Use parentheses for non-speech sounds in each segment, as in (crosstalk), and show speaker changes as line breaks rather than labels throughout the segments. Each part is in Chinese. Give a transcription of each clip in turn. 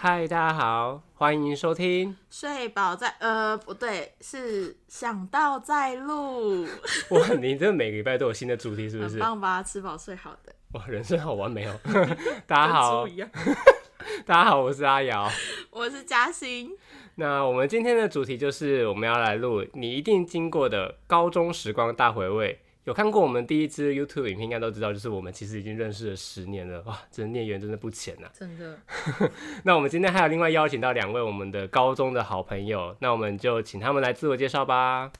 嗨，大家好，欢迎收听。 (laughs)
睡饱在呃不对，是想到再录，
哇，你这每个礼拜都有新的主题， (laughs) 是不
很
是？
棒吧？吃饱睡好的，
哇，人生好完美
(laughs)
哦！大家好
跟猪，一样。
大家好，我是阿瑶。
我是嘉欣，
那我们今天的主题就是我们要来录你一定经过的高中时光大回味。有看过我们第一支 YouTube 影片，应该都知道，就是我们其实已经认识了十年了，哇，真的孽缘真的不浅呐、啊
真的
那我们今天还有另外邀请到两位我们的高中的好朋友，那我们就请他们来自我介绍吧。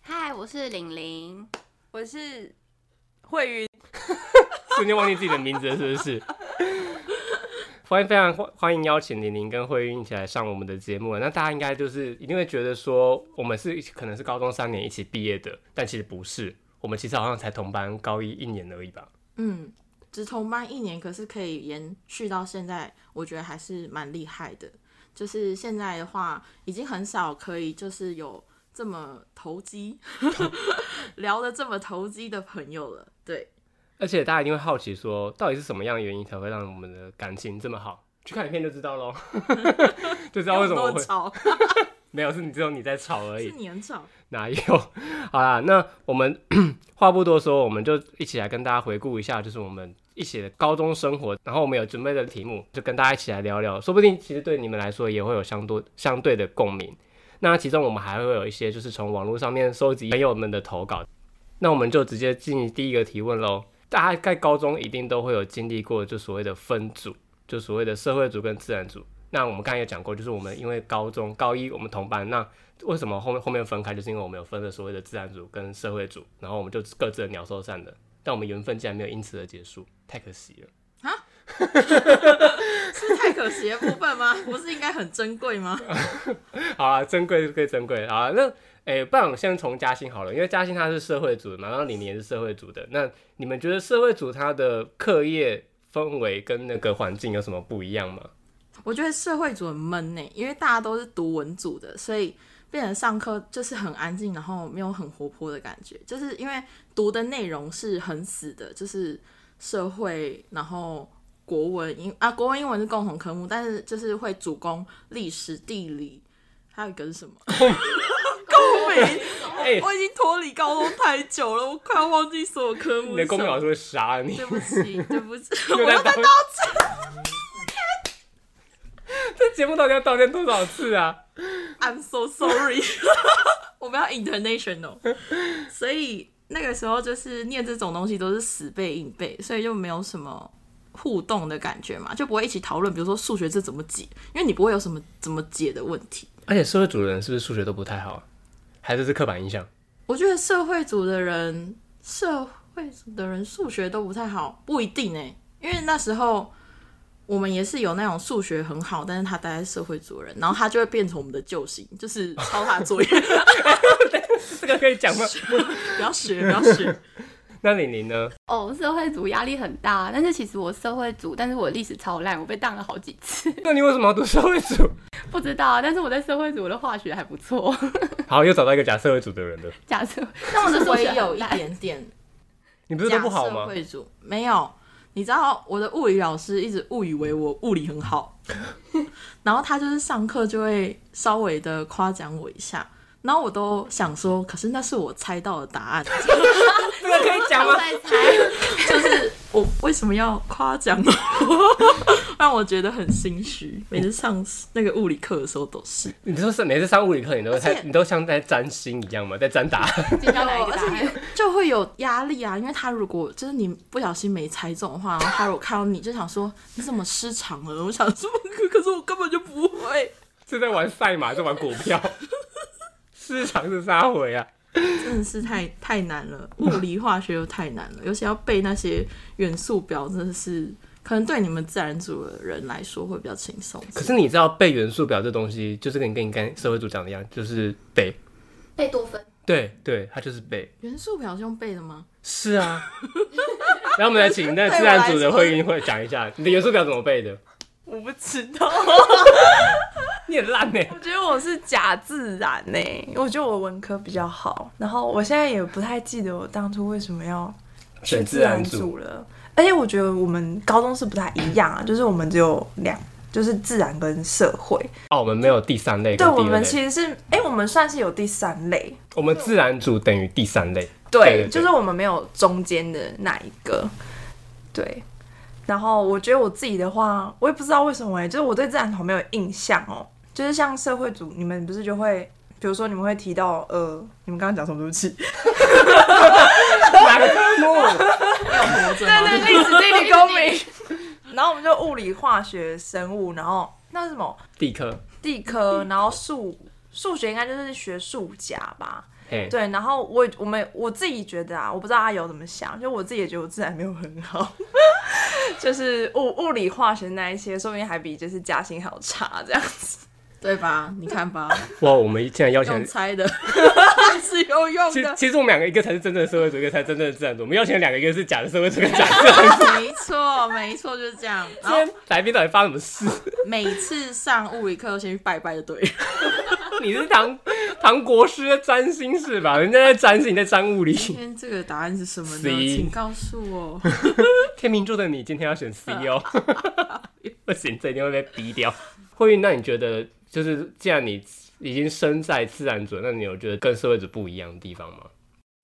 嗨，我是玲玲，
我是慧云，
瞬间忘记自己的名字了，是不是？ (laughs) 欢迎非常欢欢迎邀请玲玲跟慧云一起来上我们的节目。那大家应该就是一定会觉得说，我们是可能是高中三年一起毕业的，但其实不是，我们其实好像才同班高一一年而已吧。
嗯，只同班一年，可是可以延续到现在，我觉得还是蛮厉害的。就是现在的话，已经很少可以就是有这么投机， (laughs) 聊的这么投机的朋友了。对，
而且大家一定会好奇说，到底是什么样的原因才会让我们的感情这么好？去看影片就知道喽， (laughs) 就知道为什么
有
我
多
会
吵，
没有是你只有你在吵而已
是。你很吵。
哪有？好啦，那我们 (clears throat) 话不多说，我们就一起来跟大家回顾一下，就是我们一起的高中生活。然后我们有准备的题目，就跟大家一起来聊聊，说不定其实对你们来说也会有相多相对的共鸣。那其中我们还会有一些就是从网络上面收集朋友们的投稿。那我们就直接进第一个提问喽。大家在高中一定都会有经历过，就所谓的分组，就所谓的社会组跟自然组。那我们刚才也讲过，就是我们因为高中高一我们同班，那为什么后面后面分开，就是因为我们有分了所谓的自然组跟社会组，然后我们就各自的鸟兽散了。但我们缘分竟然没有因此而结束，太可惜了。 (laughs)
是太可惜的部分吗？不是应该很珍贵吗？
好啊，珍贵归珍贵好啊。那诶、不然我先从嘉欣好了，因为嘉欣她是社会组的嘛，然后李宁也是社会组的。那你们觉得社会组它的课业氛围跟那个环境有什么不一样吗？
我觉得社会组很闷呢、因为大家都是读文组的，所以变成上课就是很安静，然后没有很活泼的感觉。就是因为读的内容是很死的，就是社会，然后国文英啊，国文英文是共同科目，但是就是会主攻历史、地理，还有一个是什
(laughs)
么？公民。
哎、
我已经脱离高中太久了，我快要忘记所有科
你
目是
的
什
公
么
老师会杀 (laughs) 了你
对。不起，对不起，
(laughs) 又
我
在
又在
道歉。这节目到底要道歉多少次啊？
I'm so sorry，我们要 international，所以那个时候就是念这种东西都是死背硬背，所以就没有什么互动的感觉嘛，就不会一起讨论，比如说数学这怎么解，因为你不会有什么怎么解的问题。
而且社会主人是不是数学都不太好、啊？还是是刻板印象？
我觉得社会组的人，社会组的人数学都不太好，不一定哎、因为那时候我们也是有那种数学很好，但是他待在社会组的人，然后他就会变成我们的救星，就是抄他作
(laughs)
业，(laughs)
这个可以讲吗？
不要学，不要学。
(laughs) 那李宁呢？ (laughs)
哦，社会组压力很大，但是其实我社会组，但是我历史超烂，我被当了好几次， (laughs)
那你为什么要读社会组？ (laughs)
不知道啊，但是我在社会组我的化学还不错，
好，又找到一个假社会组的人了。
(laughs)
假设那我的数
我
学
也
很
有一
烂，
点
(laughs)
点
你不是都
假
不好吗
社？会主没有，你知道我的物理老师一直误以为我物理很
(laughs)
好，然后他就是上课就会稍微的夸奖我一下，然后我都想说，可是那是我猜到的答
(laughs)
案，
这个可以讲
(laughs)
我
吗？
在猜，
就是我为什么要夸奖我， (laughs) 让我觉得很心虚。每次上那个物理课的时候都是，
你说是每次上物理课，你都
而
在，
且
你都像在占星一样吗？在占答？ (laughs)
今天要哪一个答
而且
案？
就会有压力啊，因为他如果就是你不小心没猜中的话，然后他如果看到你就想说你怎么失常了，我想说 (laughs) 可可是我根本就不 (laughs) 会，
是在玩赛马，在玩股票？ (laughs) 市场是杀回啊！
真的是太太难了，物理化学又太难了，尤其要背那些元素表，真的是可能对你们自然组的人来说会比较轻松。
可是你知道背元素表这东西，就是跟你跟你跟社会组讲的一样，就是背。
贝多芬，
对对，它就是背。
元素表是用背的吗？
是啊，然后我们来请那自然组的会议会讲一下你的元素表怎么背的。
我不知道，
(laughs) 你很烂呢、欸
我觉得我是假自然呢、我觉得我文科比较好，然后我现在也不太记得我当初为什么要去自然组了，而且我觉得我们高中是不太一样啊，就是我们只有两就是自然跟社会。
哦，我们没有第三类
对，
跟第
我
二
们
类，
其实是，哎、我们算是有第三类，
我们自然组等于第三类。对对
就是我们没有中间的那一个，对。然后我觉得我自己的话，我也不知道为什么哎、就是我对自然团没有印象哦。就是像社会组，你们不是就会，比如说你们会提到呃，你们刚刚讲什么对不起？
哪 (laughs) 个科目？
活着吗？
历 (laughs) 史、地理、公民。然后我们就物理、化学、生物，然后那是什么
地科。
地科，然后数数学应该就是学数甲吧。
嘿，
对，然后我我们我自己觉得啊，我不知道阿友怎么想，就我自己也觉得我自然没有很好， (laughs) 就是物物理、化学那一些，说不定还比就是嘉兴还要差这样子。
对吧？你看吧，
哇，我们竟然邀请
用
了。
猜的 (laughs) 是有用
其实
的，
其实我们两个，一个才是真正的社会主义，一个才是真正的自然组。我们邀请了两个，一个是假的社会主义，
(laughs)
一个假的。
没错，没错，就是这样。
今
然后
天 (laughs) 来宾到底发生什么事？ (laughs)
每次上物理课都先去拜拜就对了。
你是唐唐国师在占星是吧？人家在占星，你在占物理。
今天这个答案是什么
C
呢？请告诉我。
(laughs) 天秤座的你今天要
嗯
选 C 哦， (laughs) 不行，这一定会被逼掉。慧运，那你觉得就是既然你已经身在自然组，那你有觉得跟社会组不一样的地方吗？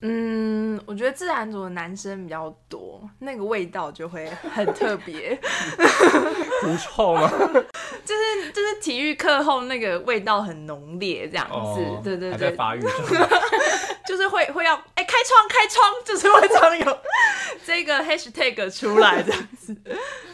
嗯，我觉得自然组的男生比较多，那个味道就会很特别， (laughs)
狐臭吗？
就是就是体育课后那个味道很浓烈这样子。对对
哦还在
对，
发育中。
就是会会要哎、开窗开窗， (laughs) 就是会常有这个 hashtag 出来这样子。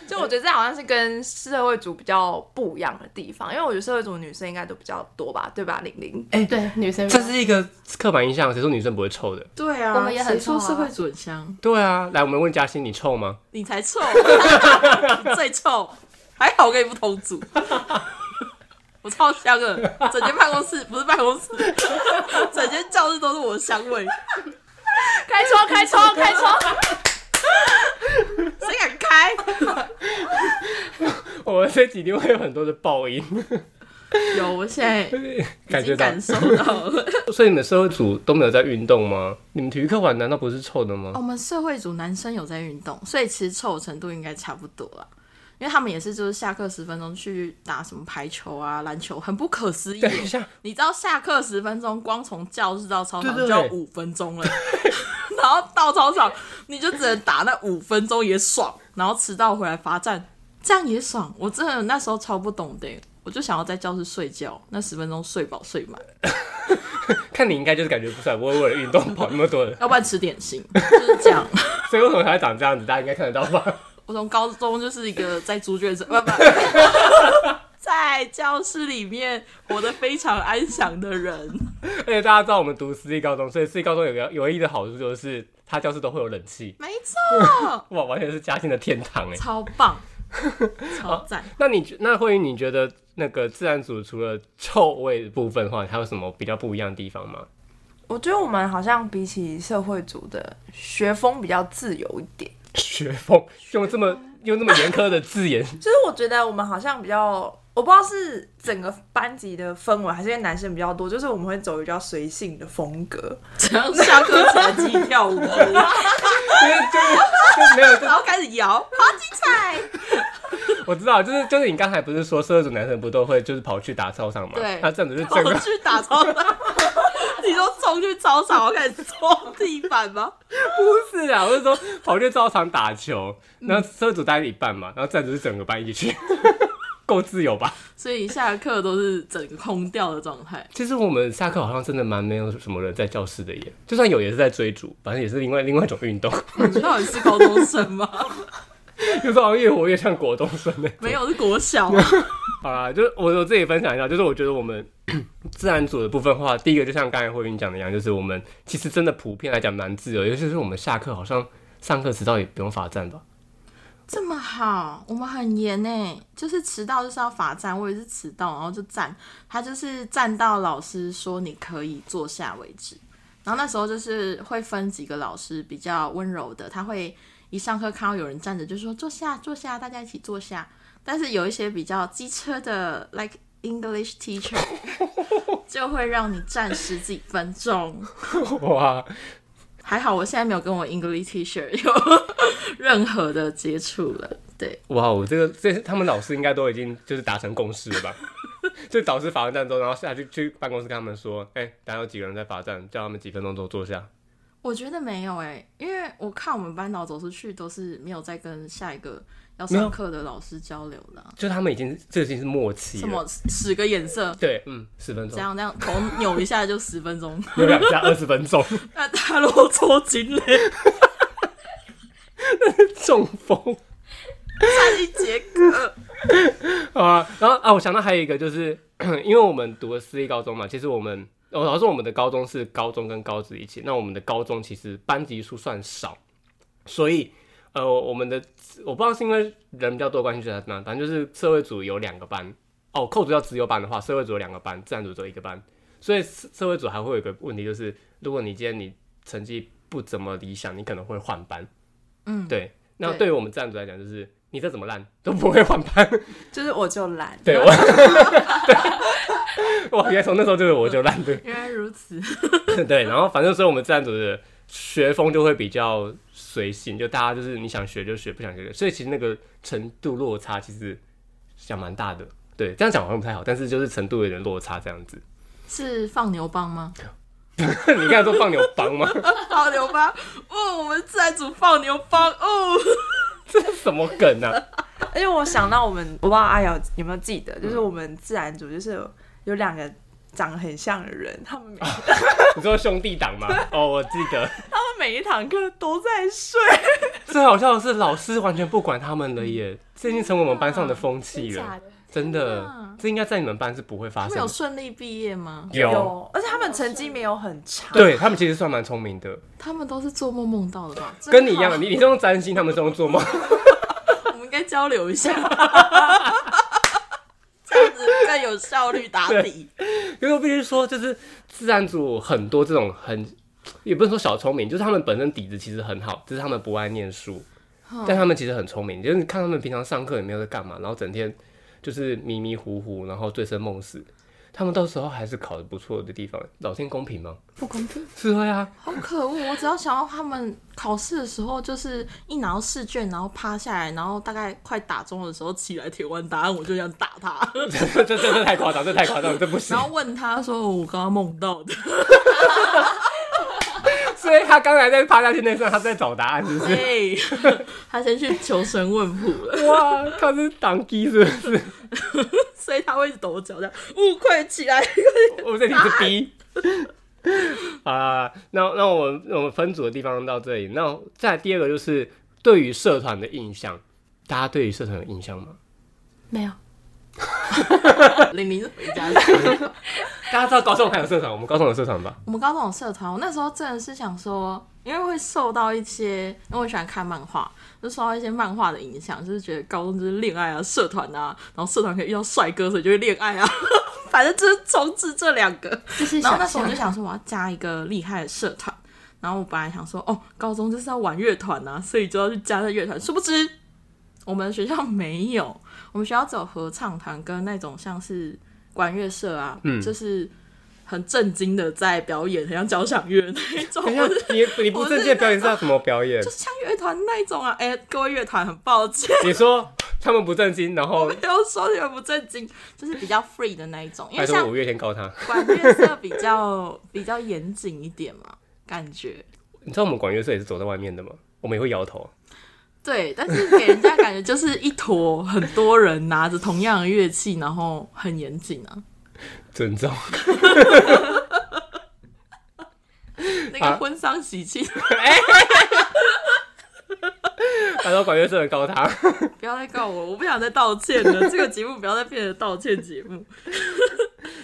就我觉得这好像是跟社会组比较不一样的地方，因为我觉得社会组女生应该都比较多吧，对吧？玲玲，
对，女生
这是一个刻板印象，谁说女生不会臭的？
对啊，
我们也很
谁说
臭啊
社会主义香，
对啊，来，我们问嘉欣，你臭吗？
你才臭， (laughs) 你最臭，还好我跟你不同组。 (laughs) 我超香的，整间办公室不是办公室， (laughs) 整间教室都是我的香味，
开窗开窗开窗，
谁敢开？
我们这几天会有很多的爆音，
有，我现在
感
已
觉
经
到。
感受到 (laughs) 了。
所以你们社会组都没有在运动吗？你们体育课晚难道不是臭的
我
吗？
们社会组男生有在运动，所以其实臭的程度应该差不多啦。因为他们也是，就是下课十分钟去打什么排球啊、篮球，很不可思议。
等一下，
你知道下课十分钟，光从教室到操场
对对
就
对
要五分钟了， (laughs) 然后到操场你就只能打那五分钟也爽，然后迟到回来罚站，这样也爽。我真的那时候超不懂的，我就想要在教室睡觉，那十分钟睡饱睡满，
看你应该就是感觉不出来，不会为了运动跑那么多人，
要不然吃点心，就是这样。 (laughs)
所以为什么他会长这样子？大家应该看得到吧？ (laughs)
我从高中就是一个在猪圈呃生，不 (laughs) 不，在教室里面活得非常安详的人。
而且大家知道我们读私立高中，所以私立高中有个唯一的好处就是，它教室都会有冷气，
没错，
哇，完全是嘉兴的天堂哎。
超棒，超赞。
那你觉那慧宇，你觉得那个自然组除了臭味的部分的话，还有什么比较不一样的地方吗？
我觉得我们好像比起社会组的学风比较自由一点，
学风 (laughs) 用这么用这么严苛的字眼，
就是我觉得我们好像比较。我不知道是整个班级的氛围，还是因为男生比较多，就是我们会走比较随性的风格。
然后下课滑稽跳舞， (laughs) 然
就是就是就没有，就
后开始摇，好精彩！
我知道，就是就是你刚才不是说社会组男生不都会就是跑去打操场嘛？
对
那这样 (laughs)
(laughs)
子就整
我
个
去打操场，你说冲去操场，然后开始搓地板吗？
不是啊，我是 (laughs) 说跑去操场打球，然后社会组待一半嘛，然后这样子是整个班一起去， (laughs) 够自由吧？
所以下课都是整个空掉的状态。
其实我们下课好像真的蛮没有什么人在教室的耶，就算有也是在追逐，反正也是另外另外一种运动，
你到底是高中生吗？
(laughs) 有时候好像越活越像国中生呢。
(laughs) 没有，是国小。
(laughs) 好啦，就是我我自己分享一下，就是我觉得我们 (clears throat) 自然组的部分的话，第一个就像刚才慧云讲的一样，就是我们其实真的普遍来讲蛮自由，尤其是我们下课好像上课迟到也不用罚站吧？
这么好，我们很严呢，就是迟到就是要罚站，我也是迟到，然后就站，他就是站到老师说你可以坐下为止。然后那时候就是会分几个老师比较温柔的，他会一上课看到有人站着就说坐下坐下，大家一起坐下。但是有一些比较机车的，like English teacher，就会让你站十几分钟。
(laughs) 哇，
(laughs) 还好我现在没有跟我 English teacher 有任何的接触了，对，
哇，我这个这他们老师应该都已经就是达成共识了吧？ (laughs) 就导师罚完站之后，然后下去去办公室跟他们说，哎、大家有几个人在罚站，叫他们几分钟之后坐下。
我觉得没有哎、因为我看我们班导走出去都是没有在跟下一个要
没有
上课的老师交流的啊、
就他们已经这已经是默契
什
了。
么使个眼色，
对，嗯，十分
这
钟，
样这样头扭一下就十分钟，
有两加二十分钟，
(laughs) 那他如果抽筋嘞，
中风。
他一节课。
(laughs) 好啊，然后啊，我想到还有一个，就是 (coughs) 因为我们读的私立高中嘛，其实我们，我老实说，我们的高中是高中跟高职一起，那我们的高中其实班级数算少，所以呃，我们的我不知道是因为人比较多的关系还是怎么样，反正就是社会组有两个班，哦，扣除掉自由班的话，社会组有两个班，自然组只有一个班，所以社社会组还会有一个问题，就是如果你今天你成绩不怎么理想，你可能会换班，
嗯
对。那
对
对于我们自然组来讲，就是你再怎么烂都不会换班，
(laughs) 就是我就懒，
对我，对，哇，原来从那时候就是我就烂队，
原来如此，
对，然后反正所以我们自然组的学风就会比较随性，就大家就是你想学就学，不想学就，所以其实那个程度落差其实想蛮大的。对，这样讲好像不太好，但是就是程度有点落差这样子。 (laughs)
是放牛棒吗？
你刚才说放牛帮吗？
(laughs) 放牛棒，哦，我们自然组放牛棒，哦，
这是什么梗啊？
而且我想到我们，我不知道哎阿瑶有没有记得，就是我们自然组就是有有两个长得很像的人，他们每、
你说兄弟党吗？哦，我记得。
他们每一堂课都在睡，
最好笑的是，老师完全不管他们了耶，这已经成为我们班上的风气
真假
了。
的？
真的，这应该在你们班是不会发
他
生
们有
的。
顺利毕业吗？
而且他们成绩没有很差，
对他们其实算蛮聪明的，
他们都是做梦梦到的吧？
跟你一样的，哦
真
你你是用占星，他们是用做 (laughs) 梦。
好， (laughs) 我们应该交流一下， (laughs) 这样子更有效率打底。
因为我必须说，就是自然组很多这种很，也不是说小聪明，就是他们本身底子其实很好，只是他们不爱念书，但他们其实很聪明。就是你看他们平常上课也没有在干嘛，然后整天就是迷迷糊糊，然后醉生梦死。他们到时候还是考得不错的地方，老天公平吗？
不公平。
是会啊，
好可恶！我只要想到他们考试的时候，就是一拿到试卷，然后趴下来，然后大概快打钟的时候起来填完答案，我就想打 (laughs) 他，
(laughs) 这这这太夸张，这太夸张，这不行
然。后问他说我刚刚梦到的。
所以他刚才在趴下去那一瞬，他是在找答案，是不是？
(laughs) 对， (laughs) 他先去求神问卜了， (laughs)
哇，他是挡机是不是？
所以他会一直抖脚这样，哦，快起来！
(laughs) 我这里
(laughs)
是 B。啊，那那我们我们分组的地方到这里，那再来第二个就是对于社团的印象，大家对于社团有印象吗？
没有，
(laughs) 玲玲是回家了。
大家知道高中还有社团，我们高中有社团吧？
我们高中有社团，我那时候真的是想说，因为会受到一些，因为我喜欢看漫画，就受到一些漫画的影响，就是觉得高中就是恋爱啊、社团啊，然后社团可以遇到帅哥，所以就会恋爱啊。 (laughs) 反正就是充斥这两个，
这是
然后
想
那时候我就
象。
想说，我要加一个厉害的社团。然后我本来想说，哦，高中就是要玩乐团啊，所以就要去加入乐团。殊不知，我们学校 (laughs) 没有，我们学校只有合唱团跟那种像是管乐社啊，
嗯
就是很震惊的在表演，很像交响乐那一种，
等一下，你你不正经的表演是要什么表演
就？像乐团那一种啊。哎，各位乐团，很抱歉， (laughs)
你说他们不正经，然后
不要说你们不正经，就是比较 free 的那一种，因
还
为
说
像
五月天告他。
管乐社比较比较严谨一点嘛，感觉。
你知道我们管乐社也是走在外面的吗？我们也会摇头。
对，但是给人家感觉就是一坨很多人拿着同样的乐器，然后很严谨啊。
尊重，
那
啊
个婚丧喜庆， (laughs)
他说管乐社很高他， (laughs)
不要再告我，我不想再道歉了。这个节目不要再变成道歉节目。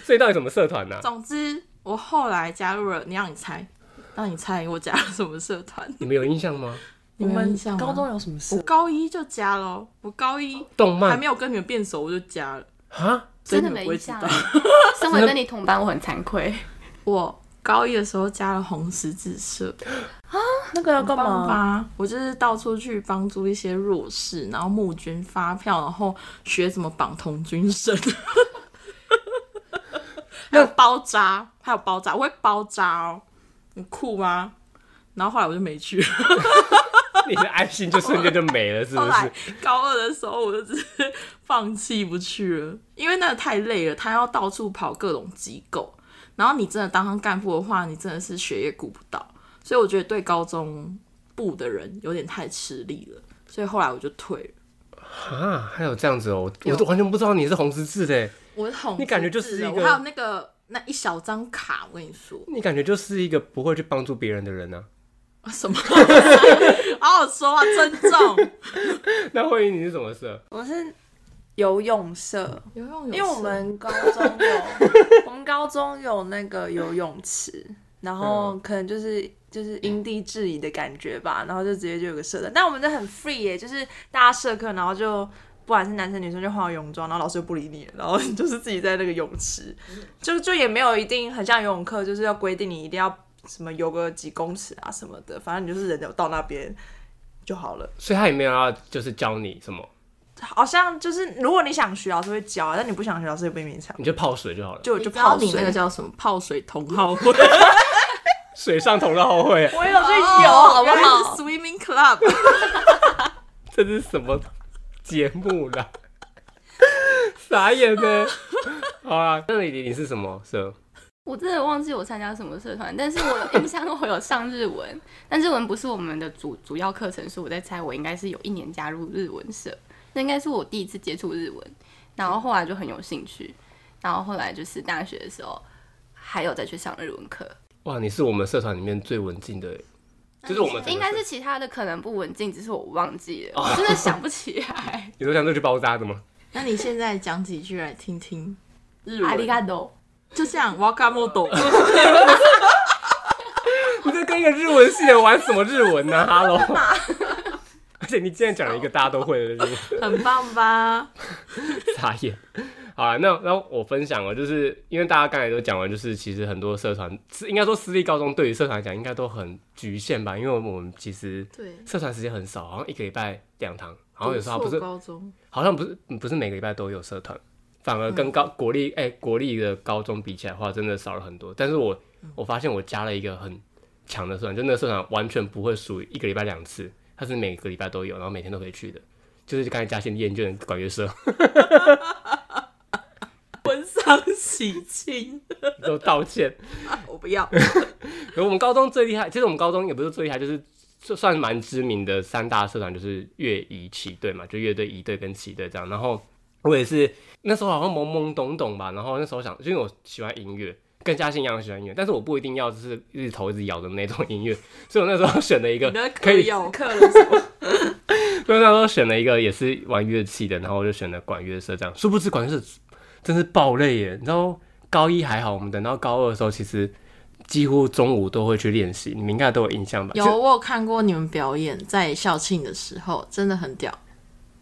所以到底什么社团呢、
(laughs)
啊
总之，我后来加入了，你让你猜，让你猜我加入什么社团？
你们有印象吗？
你们有印象吗
高中嗯有什么
我
事？
高一就加喽，我高一
动
还
漫
没有跟你们变熟，我就加了。
啊？
所以你
真的
们
没
不会
印
知
象
道
啊。身为跟你同班，我很惭愧。
我高一的时候加了红十字社，
那个要干
帮
嘛？
吧，啊我就是到处去帮助一些弱势，然后募捐发票，然后学怎么绑童军
(laughs)
绳，还有包扎，还有包扎，我会包扎哦，很酷吗？然后后来我就没去了，
你的爱心就瞬间就没了，是
后
不
来
是？
高二的时候，我就只是放弃不去了，因为那个太累了，他要到处跑各种机构，然后你真的当上干部的话，你真的是学业顾不到，所以我觉得对高中部的人有点太吃力了，所以后来我就退了。
啊，还有这样子哦，我
有
我都完全不知道你是红十字的，欸
我是红，
你感觉就是一个
我还有那个那一小张卡，我跟你说
你感觉就是一个不会去帮助别人的人呢、
啊什么？好好说话，尊重。
(laughs) 那慧英你是什么色？
我是游泳社，
游泳 (laughs) 有
因为我
色
们高中
(laughs)
有，我们高中有那个游泳池，然后
嗯
可能就是就是因地制宜的感觉吧，然后就直接就有个社的，但我们这很 free 耶、就是大家社课，然后就不管是男生女生就换泳装，然后老师又不理你，然后 (laughs) 你就是自己在那个泳池，就就也没有一定很像游泳课，就是要规定你一定要什么游个几公尺啊什么的，反正你就是人有到那边就好了。
所以他也没有要就是教你什么，
好像就是如果你想学，老师会教啊，但你不想学，老师也不会勉强。
你就泡水就好了。
就
你
就
知道
泡
你那
水
个叫什么泡水同 (laughs) 好会，
水上同乐后会，啊
我有去游，好
哦好
不
不好
哦好？
？Swimming Club，
这是什么节目啦？ (laughs) 傻眼呢！好啊，那你你是什么色？
我真的忘记我参加什么社团，但是我有印象我有上日文，但日文不是我们的主主要课程，所以我在猜我应该是有一年加入日文社，那应该是我第一次接触日文，然后后来就很有兴趣，然后后来就是大学的时候还有再去上日文课，
哇，你是我们社团里面最文静的，就是我们整个
应该啊是其他的可能不文静，只是我忘记了，我真的想不起来。
你都想都去包扎的吗？
那你现在讲几句来听听日
阿里
文，
嘎多，
就像 Wakamoto，
你在跟一个日文系的玩什么日文呢、哈喽， (laughs) 而且你竟然讲了一个大家都会的日文。
(laughs) 很棒吧？
傻眼。 (laughs) 好啊，那那我分享了，就是因为大家刚才都讲完，就是其实很多社团，是应该说私立高中对于社团来讲应该都很局限吧，因为我们其实
对，
社团时间很少，好像一个礼拜两堂，好像有时候
读
不
错
是，
高中，
好像不是嗯不是每个礼拜都有社团，反而跟高、国立哎、国立的高中比起来的话，真的少了很多。但是我我发现我加了一个很强的社团，就那个社团完全不会属于一个礼拜两次，它是每个礼拜都有，然后每天都可以去的，就是刚才嘉欣厌倦的管乐社。 (laughs)
婚丧喜庆，
都道歉。
我不要。
(laughs) 可我们高中最厉害，其实我们高中也不是最厉害，就是就算蛮知名的三大社团，就是乐仪旗队嘛，就乐队、仪队跟旗队这样。然后我也是那时候好像懵懵懂懂吧，然后那时候想，因为我喜欢音乐。跟嘉欣一样喜欢音乐，但是我不一定要就是一直头一直摇的那种音乐，所以我那时候选了一个
你的
可以
有
课了 (laughs) 什么？
所以那时候选了一个也是玩乐器的，然后我就选了管乐社这样。殊不知管乐社真是爆累耶！你知道高一还好，我们等到高二的时候，其实几乎中午都会去练习。你们应该都有印象吧？
有我有看过你们表演，在校庆的时候真的很屌。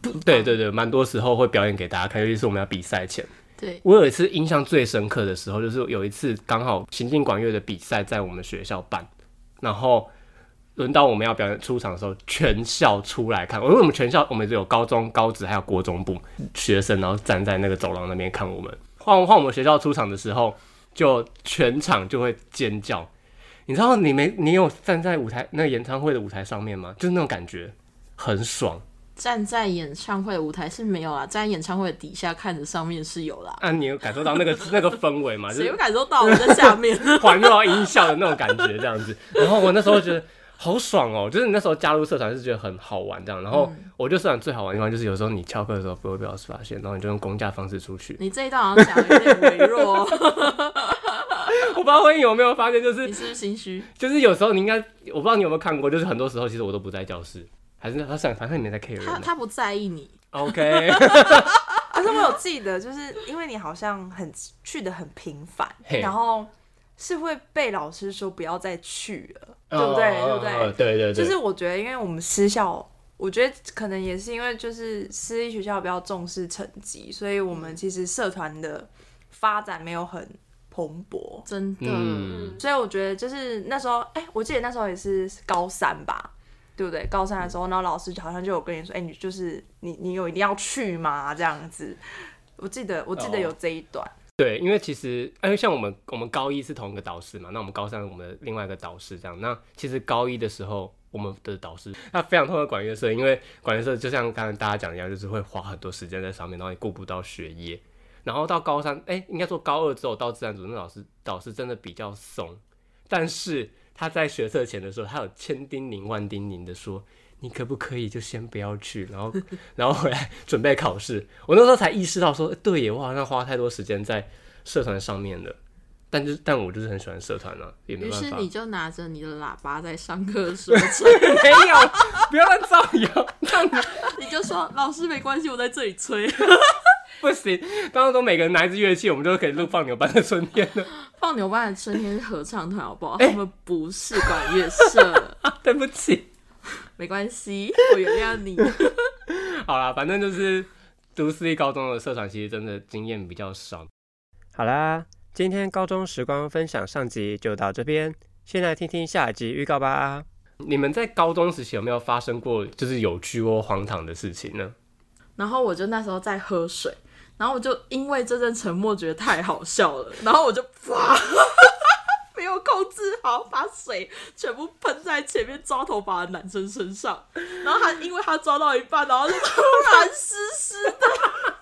就对对对，蛮多时候会表演给大家看，尤其是我们要比赛前。
对，
我有一次印象最深刻的时候，就是有一次刚好行进管乐的比赛在我们学校办，然后轮到我们要表演出场的时候，全校出来看。因为我们全校我们只有高中、高职还有国中部学生，然后站在那个走廊那边看我们。换换我们学校出场的时候，就全场就会尖叫。你知道你没你有站在舞台那个演唱会的舞台上面吗？就是那种感觉很爽。
站在演唱会的舞台是没有啦，站在演唱会的底下看着上面是有啦。
啊，你有感受到那个 (laughs) 那个氛围吗？就是
谁会感受到我在
(laughs)
下面？
环绕音效的那种感觉，这样子。 (laughs) 然后我那时候觉得好爽哦，就是你那时候加入社团是觉得很好玩这样。然后
嗯
我觉得社团最好玩的地方就是有时候你翘课的时候不会被老师发现，然后你就用公假方式出去。 (laughs)
你这一段好像讲得有点微弱哦，
我不知道你有没有发现，就是
你是不是心虚？
就是有时候你应该，我不知道你有没有看过，就是很多时候其实我都不在教室，还是他想反正你没在 care 人
他
啊。
他不在意你，
OK，
可是我有记得，就是因为你好像很去的很频繁，
嘿
然后是会被老师说不要再去了，对
哦
不对？对不对？
对对对，
就是我觉得，因为我们私校，我觉得可能也是因为就是私立学校比较重视成绩，所以我们其实社团的发展没有很蓬勃。
真的。
嗯，
所以我觉得就是那时候，哎、我记得那时候也是高三吧，对不对？高三的时候，然后老师好像就有跟你说，哎、你就是你你有一定要去吗？这样子，我记得我记得有这一段，
对，因为其实因为像我们我们高一是同一个导师嘛，那我们高三我们的另外一个导师这样。那其实高一的时候，我们的导师他非常痛恨管乐社，因为管乐社就像刚才大家讲的一样，就是会花很多时间在上面，然后也顾不到学业。然后到高三，哎、应该说高二之后到自然组，那老师导师真的比较松，但是他在学测前的时候，他有千叮咛万叮咛的说，你可不可以就先不要去，然
(laughs)
后然后回来准备考试。我那时候才意识到说，诶对耶，我好像花太多时间在社团上面了。但就是但我就是很喜欢社团啊，也没
于
办
是
法。
你就拿着你的喇叭在上课说唱，
(laughs) 没有，不要乱造谣。
(laughs)
(laughs)
你就说老师没关系，我在这里吹， (laughs)
不行，当时都每个人拿一支乐器，我们就可以录放牛班的春天了。 (laughs)
放牛班的春天是合唱团好不好？
哎
他们不是管乐社，
对不起。
没关系，我原谅你。 (laughs)
(laughs) 好啦，反正就是读私立高中的社团，其实真的经验比较少。好啦，今天高中时光分享上集就到这边，先来听听下一集预告吧。你们在高中时期有没有发生过就是有趣或荒唐的事情呢？
然后我就那时候在喝水，然后我就因为这阵沉默觉得太好笑了，然后我就哇， (laughs) 没有控制好，把水全部喷在前面抓头发的男生身上，然后他因为他抓到一半，然后就突然湿湿的。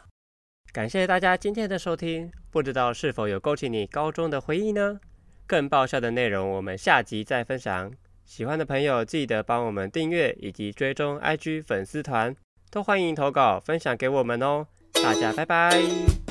感谢大家今天的收听，不知道是否有勾起你高中的回忆呢？更爆笑的内容我们下集再分享。喜欢的朋友记得帮我们订阅以及追踪 IG 粉丝团，都欢迎投稿分享给我们哦。大家拜拜。